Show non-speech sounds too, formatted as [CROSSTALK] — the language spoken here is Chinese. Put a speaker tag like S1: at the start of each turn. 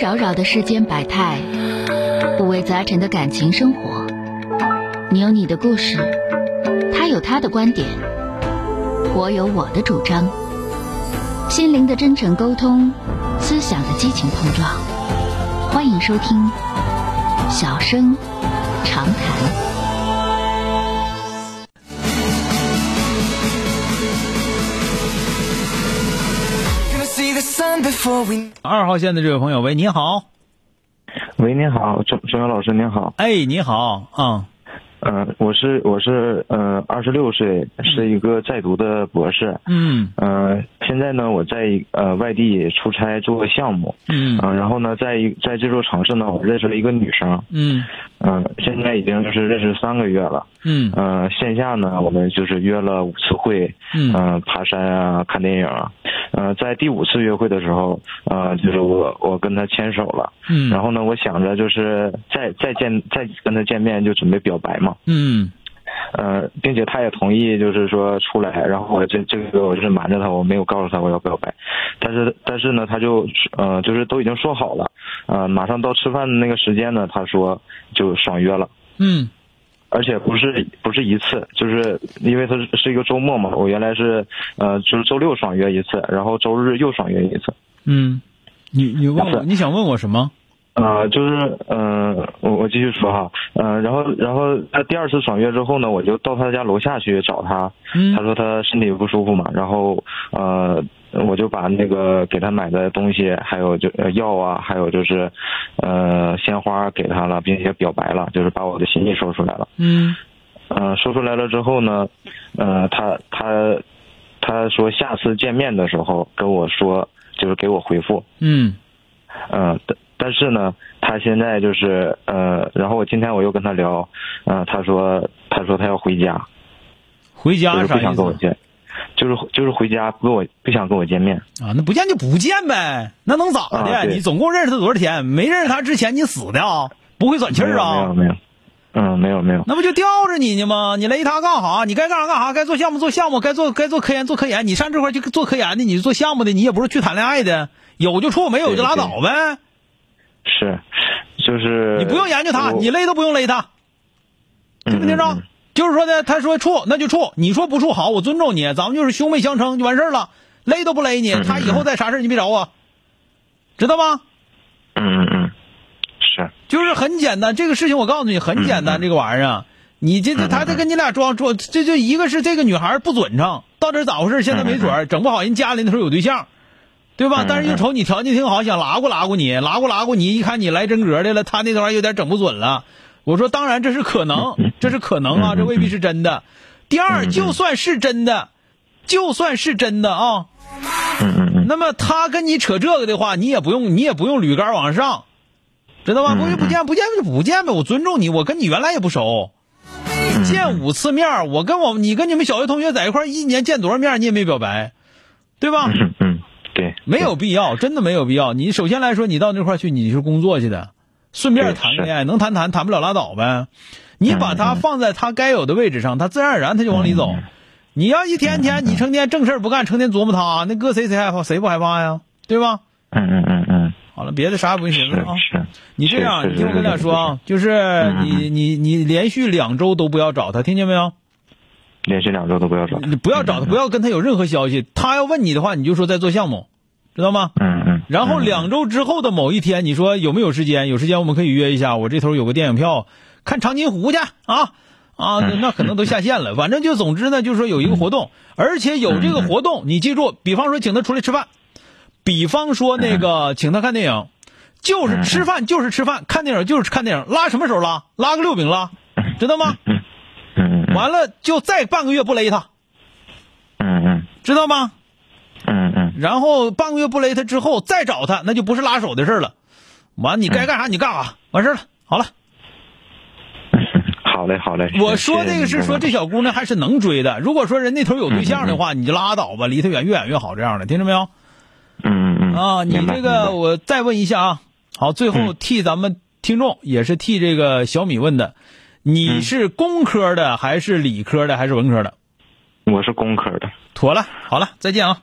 S1: 扰扰的世间百态，五味杂陈的感情生活。你有你的故事，他有他的观点，我有我的主张。心灵的真诚沟通，思想的激情碰撞。欢迎收听《小声长谈》。
S2: 二号线的这位朋友，喂，你好，
S3: 喂，您好，钟钟晓老师，您好，
S2: 哎，你好，嗯，
S3: 呃，我是我是呃二十六岁，是一个在读的博士，
S2: 嗯
S3: 呃，现在呢我在一呃外地出差做项目，
S2: 嗯
S3: 嗯、然后呢在一在这座城市呢，我认识了一个女生，
S2: 嗯
S3: 嗯、现在已经就是认识三个月了，
S2: 嗯
S3: 嗯、线下呢我们就是约了五次会，嗯、
S2: 嗯
S3: 爬山啊，看电影啊，呃，在第五次约会的时候，呃，就是我我跟她牵手了。
S2: 嗯，
S3: 然后呢，我想着就是再再见再跟他见面就准备表白嘛，
S2: 嗯
S3: 呃，并且他也同意，就是说出来。然后我这这个我就是瞒着他，我没有告诉他我要表白，但是但是呢，他就呃就是都已经说好了，呃，马上到吃饭的那个时间呢，他说就爽约了。
S2: 嗯
S3: 而且不是不是一次，就是因为他是是一个周末嘛，我原来是，呃，就是周六爽约一次，然后周日又爽约一次，
S2: 嗯，你你问我，你想问我什么？
S3: 呃，就是呃，我我继续说哈，呃，然后然后他第二次爽约之后呢，我就到他家楼下去找他，
S2: 嗯
S3: 他说他身体不舒服嘛，然后呃，我就把那个给他买的东西，还有就呃药啊，还有就是呃鲜花给他了，并且表白了，就是把我的心意说出来了。
S2: 嗯
S3: 呃，说出来了之后呢，呃，他他他说下次见面的时候跟我说，就是给我回复，
S2: 嗯
S3: 嗯，但但是呢，他现在就是呃，然后我今天我又跟他聊，呃，他说他说他要回家，
S2: 回
S3: 就
S2: 家
S3: 是
S2: 啥
S3: 不想
S2: 意
S3: 跟我
S2: 思？
S3: 见，就是就是回家不跟我不想跟我见面，
S2: 啊，那不见就不见呗，那能咋的？
S3: 啊对
S2: 你总共认识他多少天？没认识他之前你死的啊？不会转气
S3: 没
S2: 儿
S3: 有没有
S2: 啊？
S3: 没有，嗯，没有没有，
S2: 那不就吊着你呢吗？你勒他干啥？你该干啥干啥，该做项目做项目，该做该做科研做科研。你上这块儿去做科研的，你做项目的，你也不是去谈恋爱的，有就处，没有就拉倒呗。
S3: 是，就是
S2: 你不用研究他，
S3: 我
S2: 你勒都不用勒他，听没听着？
S3: 嗯嗯嗯
S2: 就是说呢，他说处那就处，你说不处好，我尊重你，咱们就是兄妹相称就完事儿了，勒都不勒你，
S3: 嗯嗯
S2: 他以后再啥事儿你别找我，知道吗？
S3: 嗯嗯嗯，是，
S2: 就是很简单，这个事情我告诉你很简
S3: 嗯
S2: 单，这个玩意儿啊，你这这他他跟你俩装装，这就一个是这个女孩不准成，到底是咋回事？现在没准儿，整不好人家里那时候有对象，对吧？
S3: 嗯
S2: 但是又瞅你条件挺好，想拉过拉过你，拉过拉过你，一看你来真格的了，他那段有点整不准了。我说，当然这是可
S3: [LAUGHS]
S2: 能，这是可能啊，这未必是真的。第
S3: 嗯
S2: 二，就算是真的，就算是真的啊，
S3: 嗯嗯嗯
S2: 那么他跟你扯这个的话，你也不用，你也不用捋杆往上，知道吗？
S3: 嗯
S2: 不是不见不见就不见呗，我尊重你，我跟你原来也不熟，
S3: 嗯
S2: 见五次面儿，我跟我你跟你们小学同学在一块儿一年见多少面儿，你也没表白，对吧？
S3: 嗯嗯，对，
S2: 没有必要，真的没有必要。你首先来说，你到那块儿去，你是工作去的，顺便谈个恋爱，能谈谈，谈不了拉倒呗。你把他放在他该有的位置上，他自然而然他就往里走。
S3: 嗯
S2: 你要一天天你成天正事儿不干，成天琢磨他，那搁谁谁害怕，谁不害怕呀？对吧？
S3: 嗯嗯嗯嗯，
S2: 好了，别的啥也不用寻思
S3: 是
S2: 了啊。
S3: 是，
S2: 你这
S3: 是
S2: 样，
S3: 是
S2: 你听我
S3: 是
S2: 跟俩
S3: 是嗯
S2: 说啊，就是你你你连续两周都不要找他，听见没有？
S3: 连续两周都不要找，
S2: 你不要找他，不要跟他有任何消息。他要问你的话，你就说在做项目，知道吗？
S3: 嗯嗯，
S2: 然后
S3: 嗯
S2: 两周之后的某一天，你说有没有时间？有时间我们可以约一下，我这头有个电影票，看长津湖去啊啊，那
S3: 嗯
S2: 那可能都下线了。反正就总之呢，就是说有一个活动，而且有这个活动，你记住，比方说请他出来吃饭，比方说那个请他看电影，就是吃饭就是吃饭，看电影就是看电影，拉什么手拉？拉个六饼拉，知道吗？
S3: 嗯嗯
S2: 完了就再半个月不勒他，
S3: 嗯嗯
S2: 知道吗？
S3: 嗯嗯
S2: 然后半个月不勒他之后再找他，那就不是拉手的事儿了。完，你该干啥你干啥，完事儿了，好了。
S3: 嗯，好嘞好嘞，
S2: 我说这个
S3: 谢谢
S2: 是
S3: 您
S2: 说
S3: 的
S2: 这小姑娘还是能追的。如果说人那头有对象的话，你就拉倒吧，离她远越远越好。这样的，听着没有？
S3: 嗯嗯嗯
S2: 啊，你
S3: 明白
S2: 这
S3: 明白嗯
S2: 个我再问一下啊。好，最后替咱们听众也是替这个小米问的，
S3: 嗯
S2: 你是工科的还是理科的还是文科的？
S3: 我是工科的。
S2: 妥了，好了，再见啊。